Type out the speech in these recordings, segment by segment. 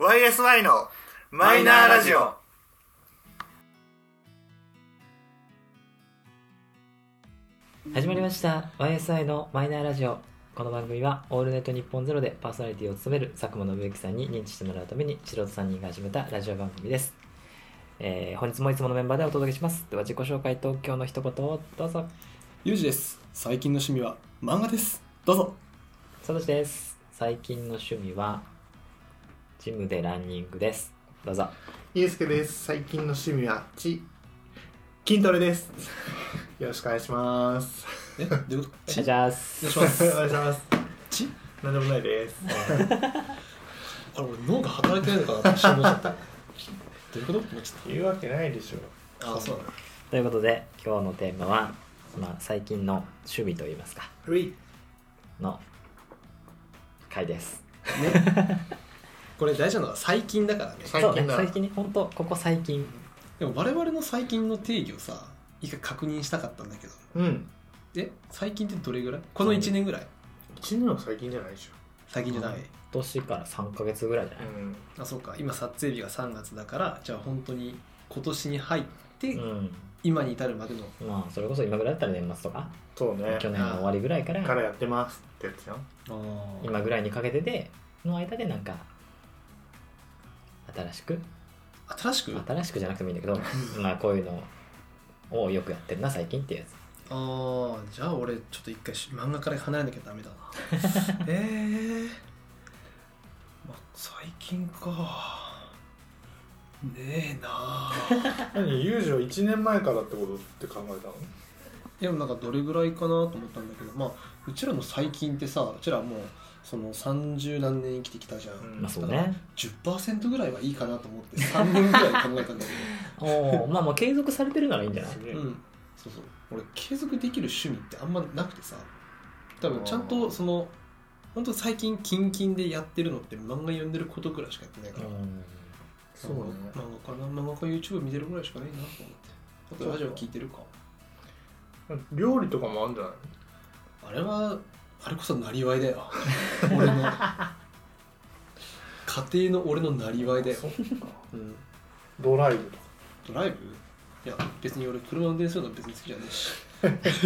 YSY のマイナーラジオ。始まりました YSI のマイナーラジオこの番組は「オールネット日本ゼロでパーソナリティを務める佐久間信之さんに認知してもらうために素人3人が始めたラジオ番組です、えー本日もいつものメンバーでお届けしますでは自己紹介と今日の一言をどうぞゆうじです。最近の趣味は漫画です。どうぞ。佐藤です最近の趣味はジムでランニングですどうぞゆうすけです。最近の趣味は、ち、筋トレです。よろしくお願いします。 え、どういうことおち願いしますお願いしますお願いします。ちなんでもないです。あれ、俺脳が働いてないのかなって一瞬思っちゃった。どういうことって思っち言うわけないでしょ。ゃった。あ、そうなの。ということで今日のテーマは、まあ、最近の趣味といいますかうい。の回です これ大事なのは最近だからね。最そうね近だ最近ね本当ここ最近でも我々の最近の定義をさ、一回確認したかったんだけど。うん。え、最近ってどれぐらいこの1年ぐらい一年は最近じゃないでし最近じゃない。今年から3ヶ月ぐらいじゃょ。ん。あ、そうか。今撮影日が3月だから、じゃあ本当に今年に入って、ない、うん今に至るまでの。まあそれこそ今ぐらいだったら年末とか、そうね。去年の終わりぐらいかかららやってますってやつよ。あ今ぐらいにかけてでの間でなんか新しくあ。新しくあ新しくじゃなくてもいいんだけどまあこういうのをよくやってるな最近っていうやつあーじゃあ俺ちょっと一回し漫画から離れなきゃダメ だなえー、まあ、最近かねえな あ何友情1年前からってことって考えたのでもなんかどれぐらいかなと思ったんだけどまあうちらの最近ってさうちらもうその30何年生きてきたじゃん、うんまあそうね10%ぐらいはいいかなと思って3年ぐらい考えたんだおおまあまあ継続されてるならいいんじゃないすげけえど、うん、そうそう俺継続できる趣味ってあんまなくてさ多分ちゃんとその本当最近キンキンでやってるのって漫画読んでることぐらいしかやってないから、うんそうね。漫画かな漫画か YouTube 見てるぐらいしかないなと思ってあとラジオ聞いてるか料理とかもあるんじゃないあれはあれこそなりわいだよ 俺の家庭の俺のなりわいだよ、うん、ドライブとかドライブいや別に俺車運転するの別に好きじゃねえし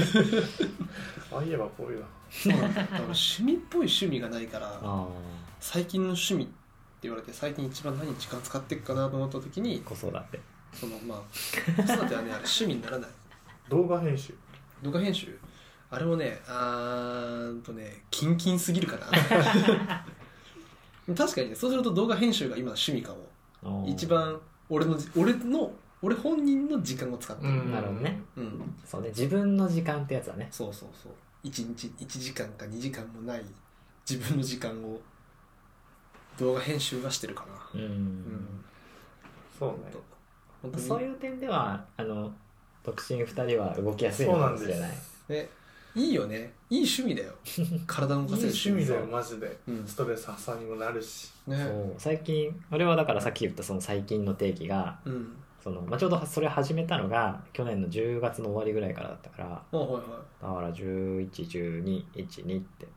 ああいえばこういうなそうなんだよだから趣味っぽい趣味がないからあ最近の趣味って言われて最近一番何に時間使ってっかなと思った時にあ子育てそのまあ子育てはねあれ趣味にならない動画編集動画編集あれもねあーんとねキンキンすぎるかな 確かにねそうすると動画編集が今の趣味かもおー一番俺のじ俺の俺本人の時間を使ってるうんなるほどねうん、そうね自分の時間ってやつだねそうそうそう1日1時間か2時間もない自分の時間を動画編集はしてるかなううんんそうね本当にそういう点ではあの独身2人は動きやすいのかもしれないねいいよねいい趣味だよ体を動いいかせる趣味だよマジでうんストレス発散にもなるしそねう最近俺はだからさっき言ったその最近の定義がうんその、まあ、ちょうどそれ始めたのが去年の10月の終わりぐらいからだったからあはいはだから111212って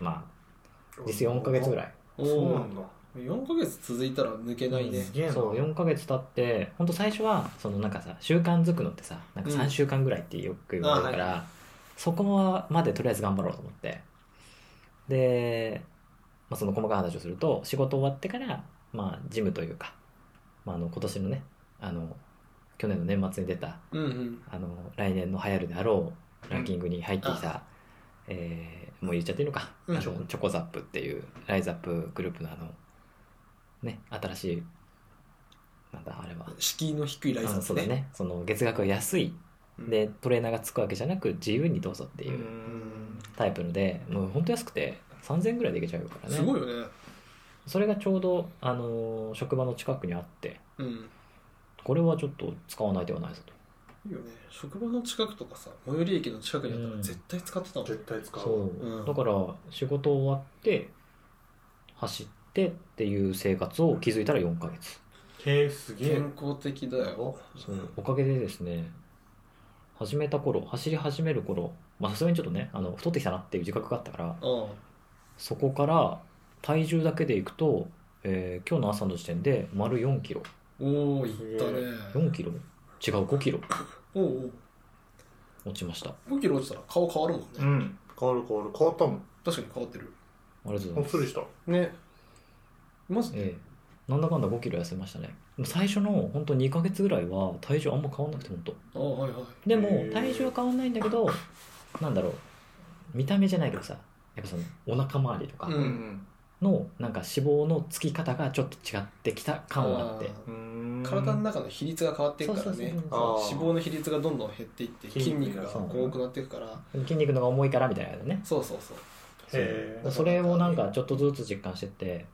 まあ実4ヶ月ぐらいいそおうおなんだ4ヶ月続いたら抜けないね、すげえな。そう4ヶ月経って本当最初はそのなんかさ習慣づくのってさなんかうん3週間ぐらいってよく言われるかあら、はそこまでとりあえず頑張ろうと思ってで、まあ、その細かい話をすると仕事終わってから、まあ、ジムというか、まあ、あの今年のねあの去年の年末に出たうんうんあの来年の流行るであろうランキングに入ってきた、えーもう言っちゃっていいのか、うんあのチョコザップっていうライザップグループのあのね新しいなんだあれは敷居の低いライあセのンスそうだねその月額が安いうんでトレーナーがつくわけじゃなく自由にどうぞってういううんんタイプので、もうほんと安くて3000円ぐらいでいけちゃうからねすごいよねそれがちょうど、あのー職場の近くにあってうんこれはちょっと使わない手はないぞといいよね職場の近くとかさ最寄り駅の近くにあったうらん絶対使ってたもん、絶対使そうう、うんだから仕事終わって走ってっていう生活を気づいたら4ヶ月へえすげえ健康的だよそうおかげでですね始めた頃走り始める頃まあさすがにちょっとねあの太ってきたなっていう自覚があったからうんそこから体重だけでいくとええー今日の朝の時点で丸4キロおおいったね4キロ違う5キロおお落ちましたあ5キロ落ちたら顔変わるもんね、うん変わる変わる変わったもん確かに変わってるりがとうござおっいますすりしたねまずええなんだかんだ5キロ痩せましたね最初の本当2ヶ月ぐらいは体重あんま変わんなくて本当あはいはいでへもえ体重は変わんないんだけどなんだろう見た目じゃないけどさやっぱそのお腹周りとかううんんのなんか脂肪のつき方がちょっと違ってきた感はあってーうん体の中の比率が変わっていそくうかそうらそうねあそー脂肪の比率がどんどん減っていって筋筋肉肉がが多くなっていくからう筋肉の方が重いからみたいなねそうそうそうへそれをなんかちょっとずつ実感してて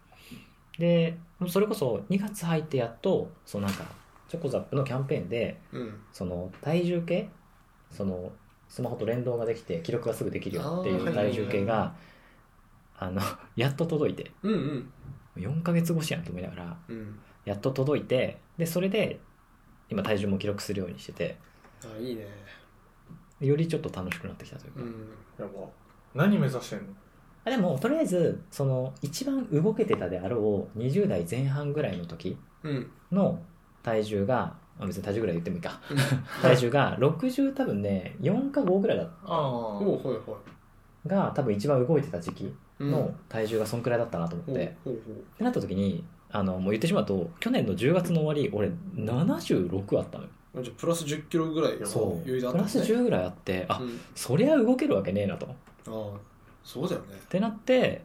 でそれこそ2月入ってやっとそのなんかチョコザップのキャンペーンでうんその体重計そのスマホと連動ができて記録がすぐできるよっていあーはいはういは体い重計があの やっと届いてうんうん4ヶ月越しやんと思いながらうんやっと届いてでそれで今体重も記録するようにしててあいいねよりちょっと楽しくなってきたというか、うんやば何目指してんのあでもとりあえずその一番動けてたであろう20代前半ぐらいの時 うんの体重があ別に体重ぐらい言ってもい いかうん体重が60多分ね4か5ぐらいだあおうほいほが多分一番動いてた時期いうんの体重がそんくらいだったなと思って、ほうっほうほうてなった時にあのもう言ってしまうと去年の10月の終わり俺76あったのよじゃあプラス1 0キロぐらいそう余裕プだったラス10ぐらいあってあ、うんそりゃ動けるわけねえなとっああそうだよねてなって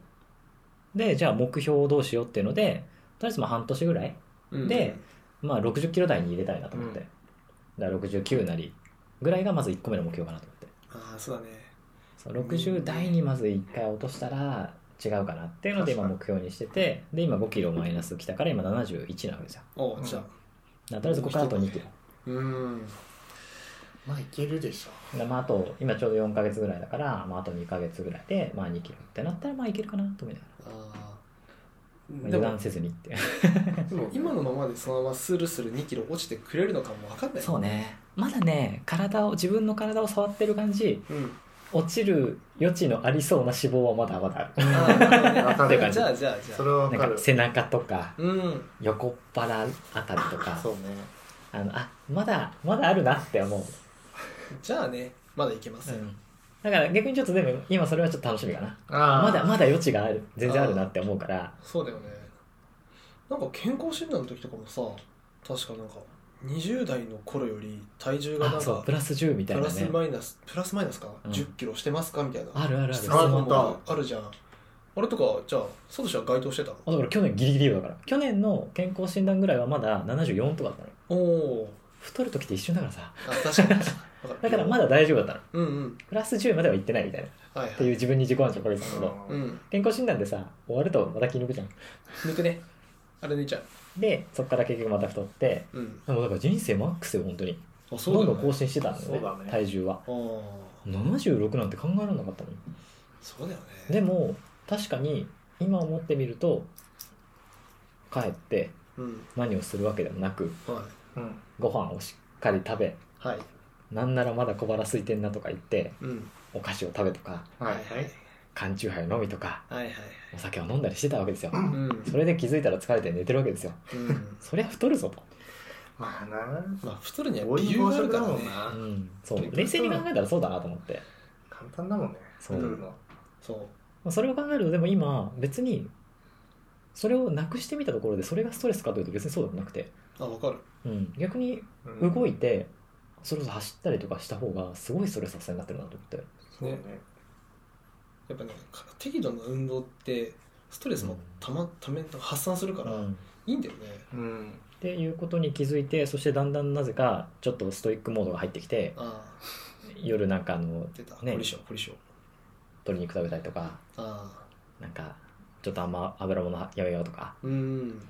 でじゃあ目標をどうしようっていうのでとりあえずまあ半年ぐらいうんでまあ、60キロ台に入れたいなと思って、だから69なりぐらいがまず1個目の目標かなと思ってああそうだねその60台にまず1回落としたら違うかなっていうので今目標にしててで今5キロマイナスきたから今71なわけですよおううんじゃあだからとりあえずここからあと2キロうんまあいけるでしょだからまあ、あと今ちょうど4ヶ月ぐらいだから、まあ、あと2ヶ月ぐらいで、まあ、2キロってなったらまあいけるかなと思いながらああまあで油断もせずにってでも今のままでそのままスルスル2キロ落ちてくれるのかも分かんない そうねまだね体を自分の体を触ってる感じうん落ちる余地のありそうな脂肪はまだまだあるああなるほどねわかるあじゃあじゃあじゃそあれはわなかんるか背中とかうん横っ腹あたりとかそうねあのあまだまだあるなって思う、じゃあねまだいけますよ、だから逆にちょっとでも今それはちょっと楽しみかなあまだまだ余地がある全然あるなって思うからそうだよねなんか健康診断の時とかもさ確かなんか20代の頃より体重があなんそうかプラス10みプたいなラスねマイナスプラスマイナスか、うん1 0キロしてますかみたいなあるあるある質あ問本も当あるじゃんあれとかじゃあサトシは該当してたのあだから去年ギリギリよだから去年の健康診断ぐらいはまだ74とかだったのおお太る時って一瞬だからさあ 確かにだからまだだ大丈夫だったうのんうんプラス10まではいってないみたいなっはいはていいう自分に自己暗示をかけてたんだけどうん健康診断でさ終わるとまた気抜くじゃん抜くねあれ抜いちゃでそっから結局また太ってううんでもだから人生マックスよ本当にあそどんどん更ね新してたんだよねそうだね体重はあー76なんて考えられなかったのよそうだよねでも確かに今思ってみると帰ってうん何をするわけでもなくはうんご飯をしっかり食べいはいなんならまだ小腹空いてんなとか言ってうんお菓子を食べとかはいはいはい缶チューハイを飲みとかはいはいお酒を飲んだりしてたわけですようんそれで気づいたら疲れて寝てるわけですようんそりゃ太るぞと、まあなまあ太るに多はい理由方がある食かだらもねんなうん、そう冷静に考えたらそうだなと思って簡単だもんねそ作うるのそうまあそれを考えるとでも今別にそれをなくしてみたところでそれがストレスかというと別にそうでもなくて、あわかるうん、逆にうん動いてそれこそ走ったりとかした方がすごいストレス発散になってるなと思ってそうねやっぱねか適度な運動ってストレスもたまため発散するからっいいんだよねうんていうことに気づいてそしてだんだんなぜかちょっとストイックモードが入ってきてあ夜なんかあのあ出たこねれしょこれしょ鶏肉食べたりとかあなんかちょっとあんま油物やめようとかあうん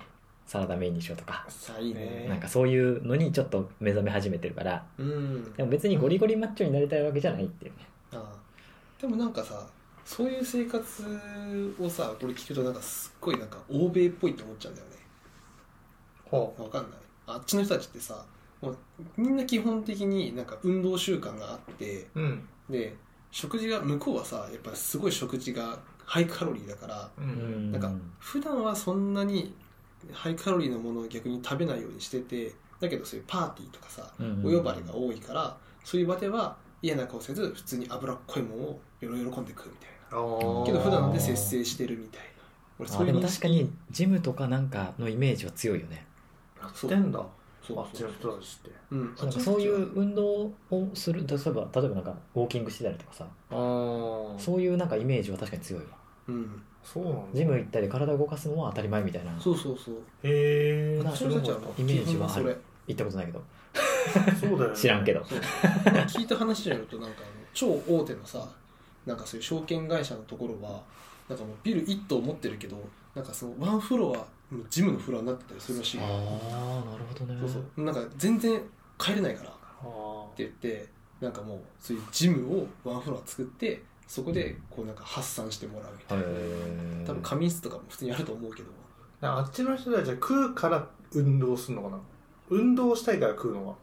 サラダメインにしようとかさあいいねなんかそういうのにちょっと目覚め始めてるからうんでも別にゴリゴリマッチョになりたいわけじゃないっていうねああでもなんかさそういう生活をさ俺聞くとなんかすっごいなんか欧米っぽいって思っちゃうんだよねほわかんないあっちの人たちってさもうみんな基本的になんか運動習慣があってうんで食事が向こうはさやっぱすごい食事がハイカロリーだからううんんなんか普段はそんなにハイカロリーなものを逆に食べないようにしててだけどそういうパーティーとかさ、うんお呼ばれが多いからそういう場では嫌な顔せず普通に脂っこいものを喜んで食うみたいなおーけど普段で節制してるみたいな俺あそういでうも認確識かにジムとかなんかのイメージは強いよねやってんだそうあっちの人たちってうんなんかそういう運動をする例えば例えばなんかウォーキングしてたりとかさあーそういうなんかイメージは確かに強いわうんそうなんだジム行ったり体を動かすのは当たり前みたいな行そうそうそうへえまあそれ私もたちはもうイメージはあ基本そるれったことないけどそうだよね知らんけどそう聞いた話によるとなんかあの超大手のさなんかそういう証券会社のところはなんかもうビル1棟持ってるけどなんかそのワンフロアのジムのフロアになってたりするらしいああなるほどねそうそうなんか全然帰れないからっあて言ってなんかもうそういうジムをワンフロア作ってそこでこうなんか発散してもらうみたいへなえ多分仮眠室とかも普通にあると思うけどあっちの人たちは食うから運動するのかな運動したいから食うのか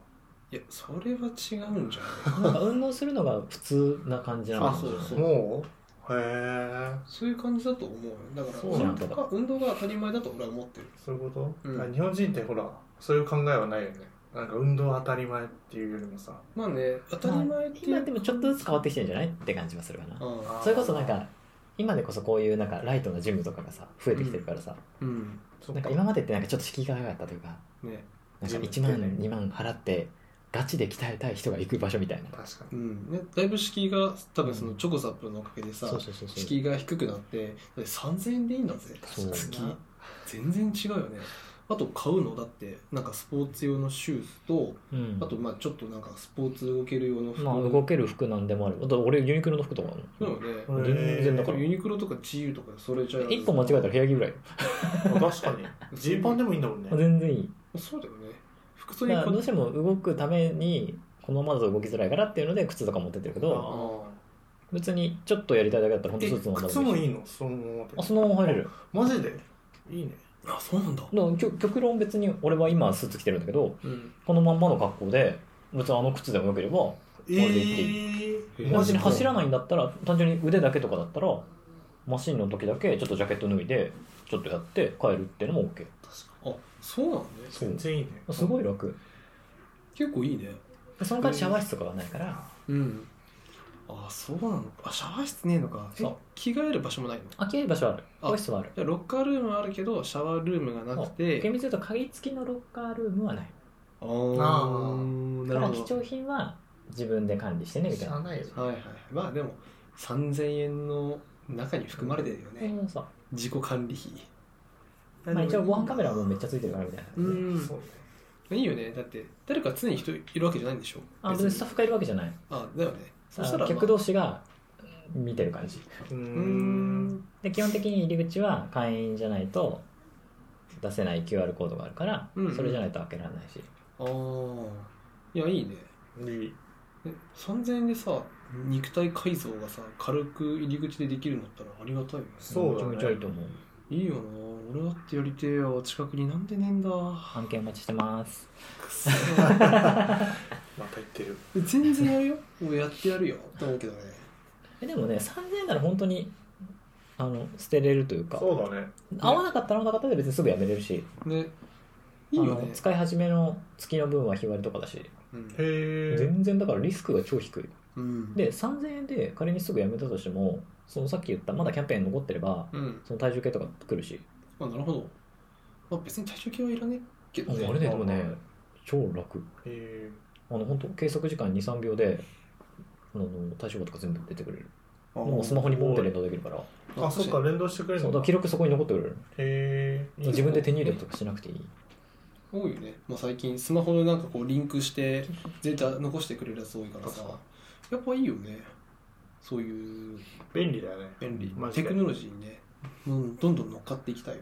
いやそれは違うんじゃないなんか運動するのが普通な感じなのあそうそうなもうへえそういう感じだと思うよだからそうなんだ運動が運動が当たり前だと俺は思ってるそういうこと、うんあ日本人ってほらそういう考えはないよねなんか運動は当たり前っていうよりもさまあね当たり前っていう今でもちょっとずつ変わってきてるんじゃないって感じはするかなうんあーそれこそなんか今でこそこういうなんかライトなジムとかがさ増えてきてるからさ、うんそっなんか今までってなんかちょっと敷居が上がったというかねなんジかム1万2万払ってガチで鍛えたい人が行く場所みたいな確かにうんねだいぶ敷居が多分そのチョコザップのおかげでさ、そうそうそうそう敷居が低くなってだって3000円でいいんだぜそう月全然違うよねあと買うのだってなんかスポーツ用のシューズとうんあとまあちょっとなんかスポーツ動ける用の服まあ動ける服なんでもあるあと俺ユニクロの服とかあそうるよね、うんの全然だからユニクロとか GU とかでそれじゃ一歩間違えたら部屋着ぐらいよあ確かにジーパンでもいいんだもんね全然いいそうだよね服装だにからどうこしても動くためにこのままだと動きづらいからっていうので靴とか持ってってるけどあ別にちょっとやりたいだけだったら本当スーツのーまま靴もいいのそのままであそのまま入れるだかマジでいいねあそうなんだら極極論別に俺は今スーツ着てるんだけどうんこのまんまの格好で別にあの靴でもよければえれでいええー、ママジジにで走らないんだったら単純に腕だけとかだったらマシンの時だけちょっとジャケット脱いでちょっとやって帰るっていうのも OK あそうなんね全然いいねすごい楽結構いいねその代わりシャワー室とかがないからうんあそうなのかあシャワー室ねえのかえそう着替える場所もないの空き家場所はあるあ更衣室はあるいやロッカールームはあるけどシャワールームがなくそう厳て密に言うと鍵付きのロッカールームはないああーだなかるらほ貴ど重品は自分で管理してねみたいなないよはいはいまあでも3000円の中に含まれてるよね、そうそう自己管理費そうまあ一応防犯カメラもめっちゃついてるからみたいなうねんそうねいいよねだって誰か常に人いるわけじゃないんでしょあ別にスタッフがいるわけじゃないあだよねそしたら、まあ、客同士が見てる感じうーうーんんで基本的に入り口は会員じゃないと出せない QR コードがあるから、うんうんそれじゃないと開けられないしああいやいいねいいえ3000円でさ肉体改造がさ軽く入り口でできるんだったらありがたいよねそうだねめちゃめちゃいいと思ういいよな俺だってやりてえよ近くになんでねえんだ案件お待ちしてますく そまた言ってる全然やるよもうやってやるよと思うけどねえでもね3000円なら本当にあの捨てれるというかそうだね合わなかったら合わなかったで別にすぐやめれるしでいいよあねの使い始めの月の分は日割りとかだしうんへえ全然だからリスクが超低いうんで3000円で仮にすぐやめたとしてもそのさっき言ったまだキャンペーン残ってればうんその体重計とか来るしあなるほど、まあ、別に体重計はいらねえけどねあれねでもね超楽えあの本当計測時間23秒であの対象語とか全部出てくれるあもうスマホにポンって連動できるからあそっか連動してくれるそうのだから記録そこに残ってくれるへえ自分で手に入れとかしなくてい い多いよね、まあ、最近スマホでなんかこうリンクしてデータ残してくれるやつ多いからさやっぱいいよねそういう便利だよね便利マジテでクノロジーにねうんどんどん乗っかっていきたいよ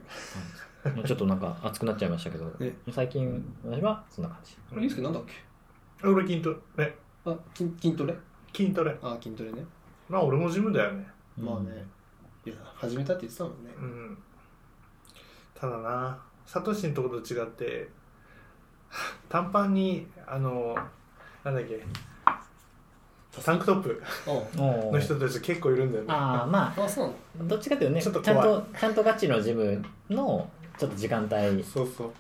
まあちょっとなんか熱くなっちゃいましたけどえ最近私はそんな感じあれユースケなんだっ俺筋トレけあ筋筋トレ筋トレあ筋トレねまあ俺もジムだよねまあねいや始めたって言ってたもんねうんただなサトシのとこと違って短パンにあのなんだっけタンクトップおのの人たち結構いるんだよねああまあ あそうなのどっちかというとねちょっとちゃん怖とちゃんとガチのジムのちょっと時間帯そうそう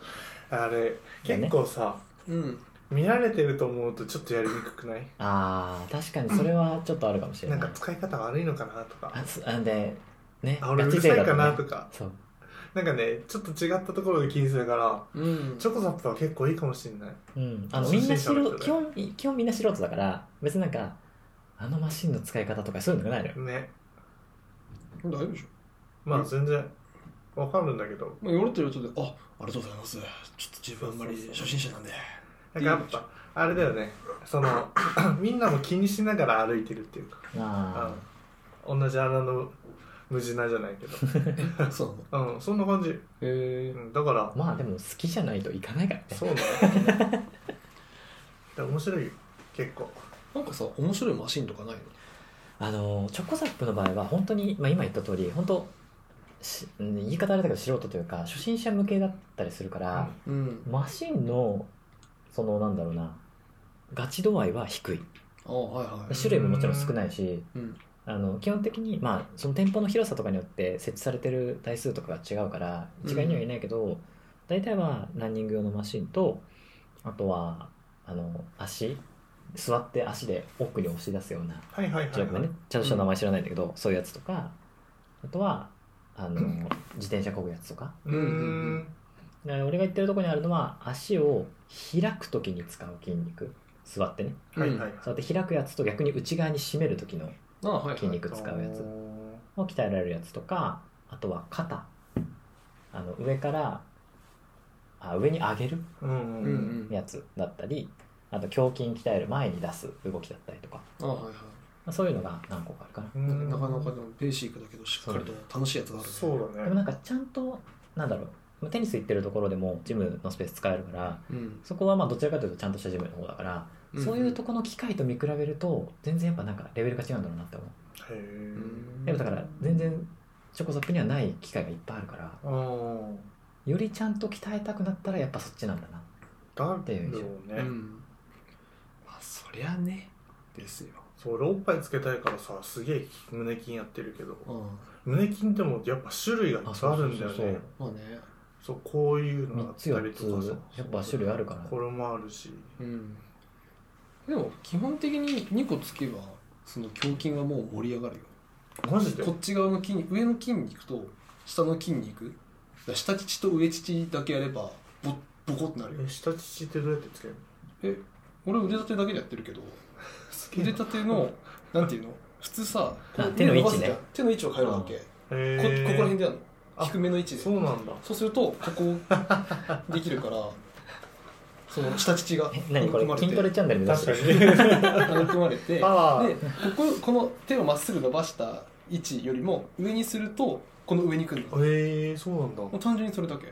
あれ結構さ、うん見られてると思うとちょっとやりにくくないああ確かにそれはちょっとあるかもしれななんいか使い方悪いのかなとかあそあでねあ俺うガチる勢さだいかなねとかそうなんかねちょっと違ったところで気にするからうんチョコザップは結構いいかもしれないうん、あの初みんな心者素の人人だ基本基本みんな素人だから別になんかあのマシンの使い方とかそういうのがないのよね大丈夫でしょまうあん全然わかるんだけどまあ、よろとよろとで、あ、ありがとうございます。ちょっと自分あんまり初心者なんで。なんかやっぱあれだよねその みんなも気にしながら歩いてるっていうかあうん同じ穴の無地なじゃないけ そうなの。どうんそんな感じ、えうん、だからーまあでも好きじゃないといかないからねそう なんだよねで面白いよ結構ー、なんかさ、面白いマシンとかないのあのチョコザップの場合は本当に、まあ、今言った通り本当しうん言い方あれだけど素人というか初心者向けだったりするから、うん。マシンのそのなんだろうなガチ度合いは低いああ、はいはい。種類ももちろん少ないしうん。あの基本的に、まあ、その店舗の広さとかによって設置されてる台数とかが違うから一概には言えないけど、大体はランニング用のマシンとあとはあの足座って足で奥に押し出すようなはいはいちはょい、っとはねい、ちゃんとした名前知らないんだけど、そういうやつとかあとはあの自転車こぐやつとかうーんで俺が言ってるとこにあるのは足を開く時に使う筋肉座ってねはいはいはい座って開くやつと逆に内側に締める時のああ、はい、はい。筋肉使うやつを鍛えられるやつとかあとは肩あの上からあ上に上げるうんうんうんううんん。やつだったりあと胸筋鍛える前に出す動きだったりとか、ああ、はいはまあ、そういうのが何個かあるかなうい。んなかなかでもベーシックだけど、しっかりと楽しいやつがある、ね。そうだでもねなんかちゃんとなんだろうテニス行ってるところでもジムのスペース使えるからうん。そこはまあどちらかというとちゃんとしたジムの方だから、うん。そういうとこの機械と見比べると全然やっぱなんかレベルが違うんだろうなって思うへうえん。でもだから全然チョコザップにはない機械がいっぱいあるからあーよりちゃんと鍛えたくなったらやっぱそっちなんだなだていう印象ろうね、うん。まあ、そりゃね。ですよ。そう俺おっぱいつけたいからさすげえ胸筋やってるけどうん。胸筋でもやっぱ種類がいっぱいあるんだよあそうそうそうそねうまあね。そうこういうのがあっ3つたり4とかつさやっぱ種類あるからこれもあるしうん。でも、基本的に2個つけば、その胸筋はもう盛り上がるよ。マジでこっち側の筋肉上の筋肉と下の筋肉だから下乳と上乳だけやればボボコってなるよえ下乳ってどうやってつけるのえ俺腕立てだけでやってるけど腕立てのなんていうの普通さあこう手の位伸ばす置ねじゃん手の位置を変えるわけ、へこここーら辺でやるのあ低めの位置でそそううなんだするとここできるから その下乳がえ何これ含まて筋トレチャンネル目指してる確 かに育まれてでパワーこここの手をまっすぐ伸ばした位置よりも上にするとこの上に来るのへえそうなんだもう単純にそれだけ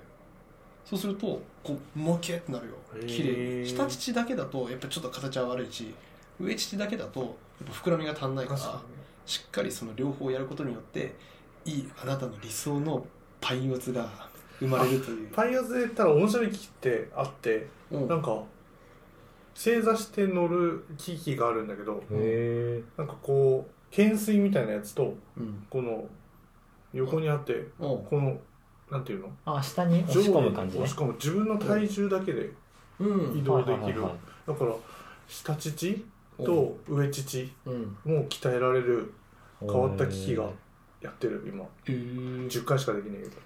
そうするとこうもけってなるよへー綺麗に下乳だけだとやっぱちょっと形は悪いし上乳だけだとやっぱ膨らみが足んないから確かしっかりその両方やることによっていいあなたの理想のパイオツが生まれるというに、パイオツで言ったら面白い機器ってあってうんなんか正座して乗る機器があるんだけどへなんかこう懸垂みたいなやつとうんこの横にあってうんこのなんていうのあ下に押し込む感じね押し込む自分の体重だけでうん移動ではきいるはいはいだから下乳と上乳うんも鍛えられる変変わった機器がやってる今えー、10 10回しかできないけど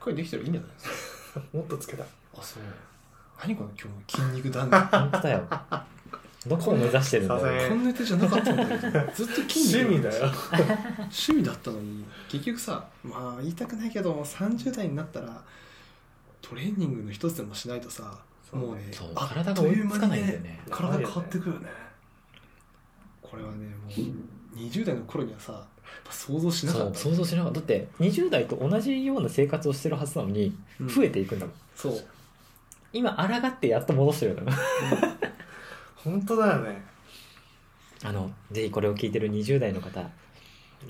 回できたらいいんじゃないですかもっとつけたいあそう何この今日の筋肉弾丸本当だよどこを目指してるんださすがによ こんな手じゃなかったんだけどずっと筋趣肉味だよ 趣味だったのに結局さまあ言いたくないけど30代になったらトレーニングの一つでもしないとさそうねもうねそうあっ体が追いつかないんだよねという間にね体変わってくよねこれはねもう20代の頃にはさやっぱ想像しなかそっうた想像しなかっただって20代と同じような生活をしてるはずなのにうん増えていくんだもん、そう今抗ってやっと戻してるんだもん本当だよねあのぜひこれを聞いてる20代の方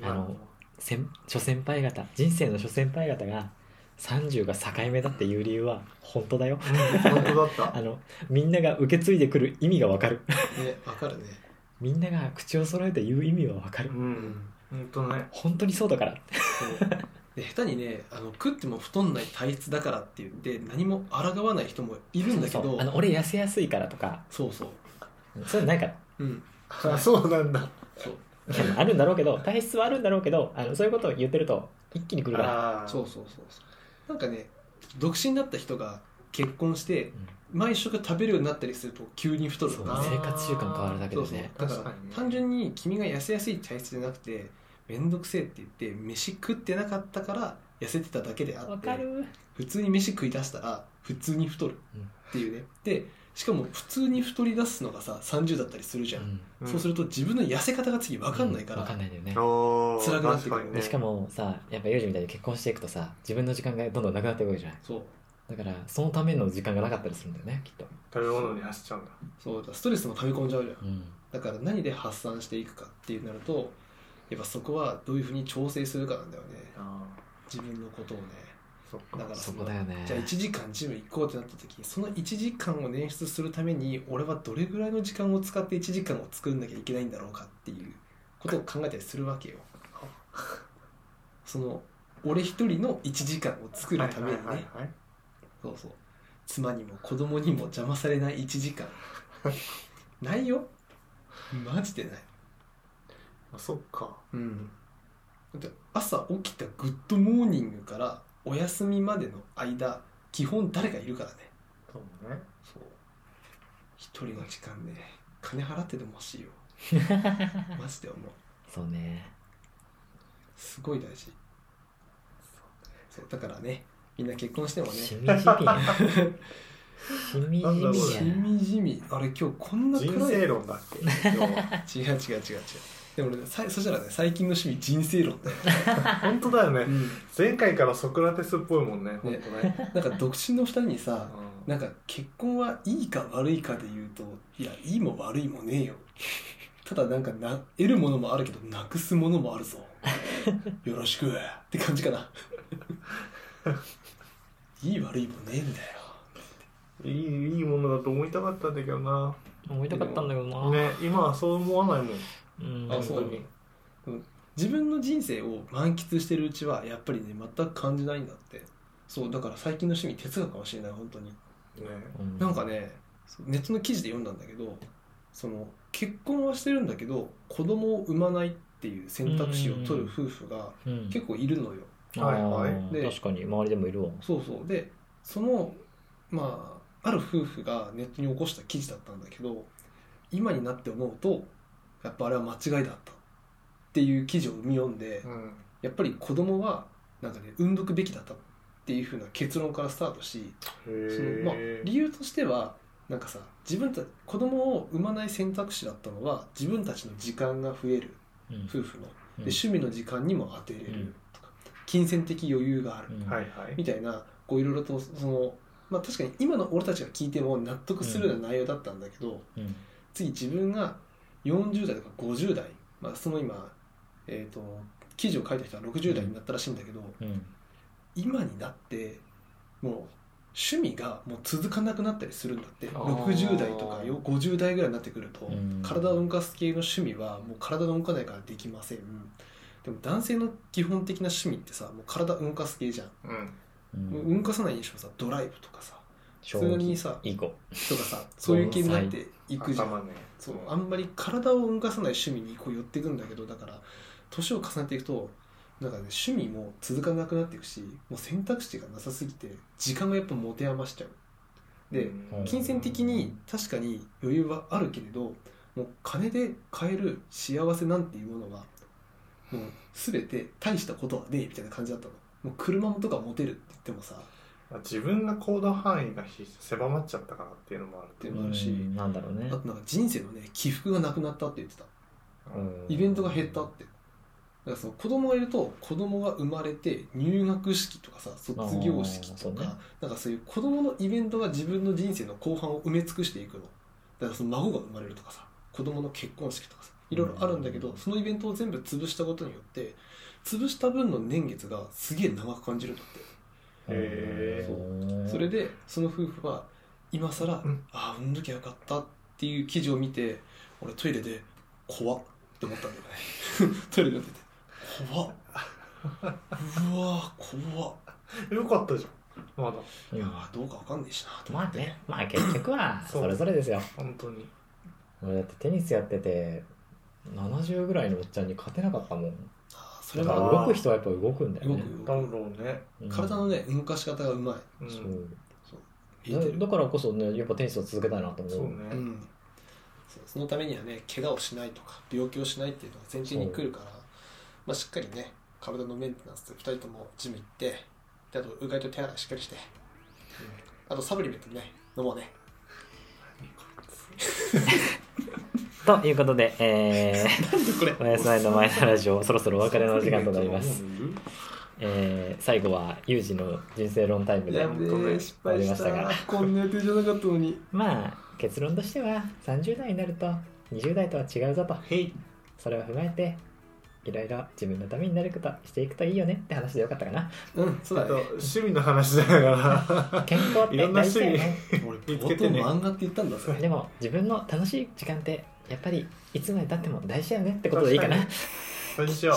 あの先諸先輩方人生の諸先輩方が30が境目だっていう理由は本当だようん本当だっあたのみんなが受け継いでくる意味がわかるねわかるねみんなが口を揃えて言う意味はわかるうん本当ね本当にそうだからってで下手にねあの食っても太んない体質だからって言って何も抗わない人もいるんだけどそうそうあの俺痩せやすいからとかそうそうそういうのなんかうんあそうなんだそうあるんだろうけど体質はあるんだろうけどあのそういうことを言ってると一気に来るからあそううそうそうそうなんかね独身だった人が結婚して毎食食べるようになったりすると急に太そるうとあかー生活習慣変わるだけそでうそうねだ確かからにね単純に君が痩せやすい体質じゃなくて面倒くせえって言って飯食ってなかったから痩せてただけであわっかてる普通に飯食い出したら普通に太るっていうねでしかも普通に太り出すのがさ30だったりするじゃん、うんそうすると自分の痩せ方が次分わかんないから、わかんないんだよねおー辛くなってく確るかにでねしかもさやっぱ幼児みたいに結婚していくとさ自分の時間がどんどんなくなっていくわけじゃないそうだからそのための時間がなかったりするんだよねきっと、食べ物に走っちゃうんだそうだからストレスも溜め込んじゃうじゃんうん、だから何で発散していくかっていうなるとやっぱそこはどういうふうに調整するかなんだよねあ自分のことをねそっだかからそそこのだよねじゃあ1時間ジム行こうってなった時にその1時間を捻出するために俺はどれぐらいの時間を使って1時間を作んなきゃいけないんだろうかっていうことを考えたりするわけよその俺一人の1時間を作るためにはね、いはいはいはいそうそう妻にも子供にも邪魔されない1時間 ないよマジでないあそっかうんだって朝起きたグッドモーニングからお休みまでの間基本誰かいるからねそうねそう一人の時間ね金払ってでも欲しいよマジで思うそうねすごい大事そうだからねみんな結婚してもねししみじみやしみじなんだろうみやみじみあれ今日こんな暗い人生論だっけ今日は違う違う違う違うでも俺ねさいそしたらね最近の趣味人生論だよ、本当だよねうん前回からソクラテスっぽいもんね本当ねなんか独身の2人にさうんなんか結婚はいいか悪いかで言うといやいいも悪いもねえよただなんかな得るものもあるけどなくすものもあるぞよろしくって感じかな いい悪いもねえんだよいいいいものだと思いたかったんだけどな思いたかったんだけどな、ね今はそう思わないもんうん、あそう本うん自分の人生を満喫してるうちはやっぱりね全く感じないんだってそうだから最近の趣味哲学かもしれない本当にねうんなんかねそうネットの記事で読んだんだけどその結婚はしてるんだけど子供を産まないっていう選択肢を取る夫婦がうん結構いるのはいよ。はいあーで確かに周りでもいるわそうそうでそのまあある夫婦がネットに起こした記事だったんだけど今になって思うとやっぱあれは間違いだったっていう記事を読み読んでうんやっぱり子供はなんかね産んどくべきだったっていうふうな結論からスタートしそのまあへえ理由としてはなんかさ自分た子供を産まない選択肢だったのは自分たちの時間が増えるうん夫婦のでうん趣味の時間にも当てれうるんとか金銭的余裕があるうんはいはいみたいなこういろいろとそのまあ確かに今の俺たちが聞いても納得するような内容だったんだけどうん次自分が40代とか50代まあその今えーと記事を書いた人は60代になったらしいんだけどうん今になってもう趣味がもう続かなくなったりするんだってあー60代とかよ50代ぐらいになってくるとうん体を動かす系の趣味はもう体が動かないからできませんでも男性の基本的な趣味ってさもう体動かす系じゃん、うんうんもう動かさないにしてもさドライブとかさ将普通棋にさ囲碁とかさそういう系になっていくじゃん頭ねそうあんまり体を動かさない趣味にこう寄っていくんだけどだから年を重ねていくとなんか、ね、趣味も続かなくなっていくしもう選択肢がなさすぎて時間がやっぱ持て余しちゃうでうん金銭的に確かに余裕はあるけれどもう金で買える幸せなんていうものはもう全て大したことはねえみたいな感じだったのもう車もとか持てるって言ってもさ自分が行動範囲がひ狭まっちゃったからっていうのもあるっていうもあるしうんなんだろうねあとなんか人生のね起伏がなくなったって言ってたうんイベントが減ったってだからその子供がいると子供が生まれて入学式とかさ卒業式あーそとうか、ねなんかそういう子供のイベントが自分の人生の後半を埋め尽くしていくのだからその孫が生まれるとかさ子供の結婚式とかさいろいろあるんだけど、うんそのイベントを全部潰したことによって潰した分の年月がすげえ長く感じるんだってへーそれでその夫婦は今更、うんああ産んどきゃよかったっていう記事を見て俺トイレで怖っって思ったんだよね トイレで出て怖っうわー怖っよかったじゃんまだいやーどうかわかんねえしなと思まっあて、ね、まあ結局はそうそれぞれですよ。本当に俺だってテニスやってて、70ぐらいのおっちゃんに勝てなかったもん。あーそだれかはら動く人はやっぱ動くんだよ動ね。くだろ動うねうんく体のね動かし方がうまいうんそそうう見えてるだだからこそね、やっぱテニスを続けたいなと思う。ね、うん、そうそのためにはね怪我をしないとか病気をしないっていうのが前提にくるから、まあ、しっかりね体のメンテナンスと2人ともジム行ってであとうがいと手洗いしっかりして、あとサプリメントね飲もうねということで、え これー、おやすみのマイナーラジオ、そろそろお別れの時間となります。もういるえー、最後は、ユージの人生論タイムで。べえ失敗した終わりましこんな予定じゃなかったのにまあ、結論としては、30代になると、20代とは違うぞと。へいそれを踏まえて、いろいろ自分のためになることしていくといいよねって話でよかったかな。うんちそょうっとだね趣味の話だから健康っていろんな大事だよ趣ね。俺見つ冒け頭てね漫画って言ったんだぜでも自分の楽しい時間ってやっぱりいつまでたっても大事だよねってことでいいかな。それにしよ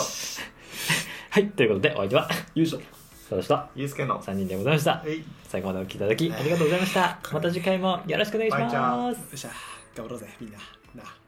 はい、ということでお相手は、優勝そうでした。うゆうすけの3人でございましたは。い最後までお聞きいただきありがとうございました。また次回もよろしくお願いしバイチャまーすよ。っしゃ頑張ろうぜみんななあ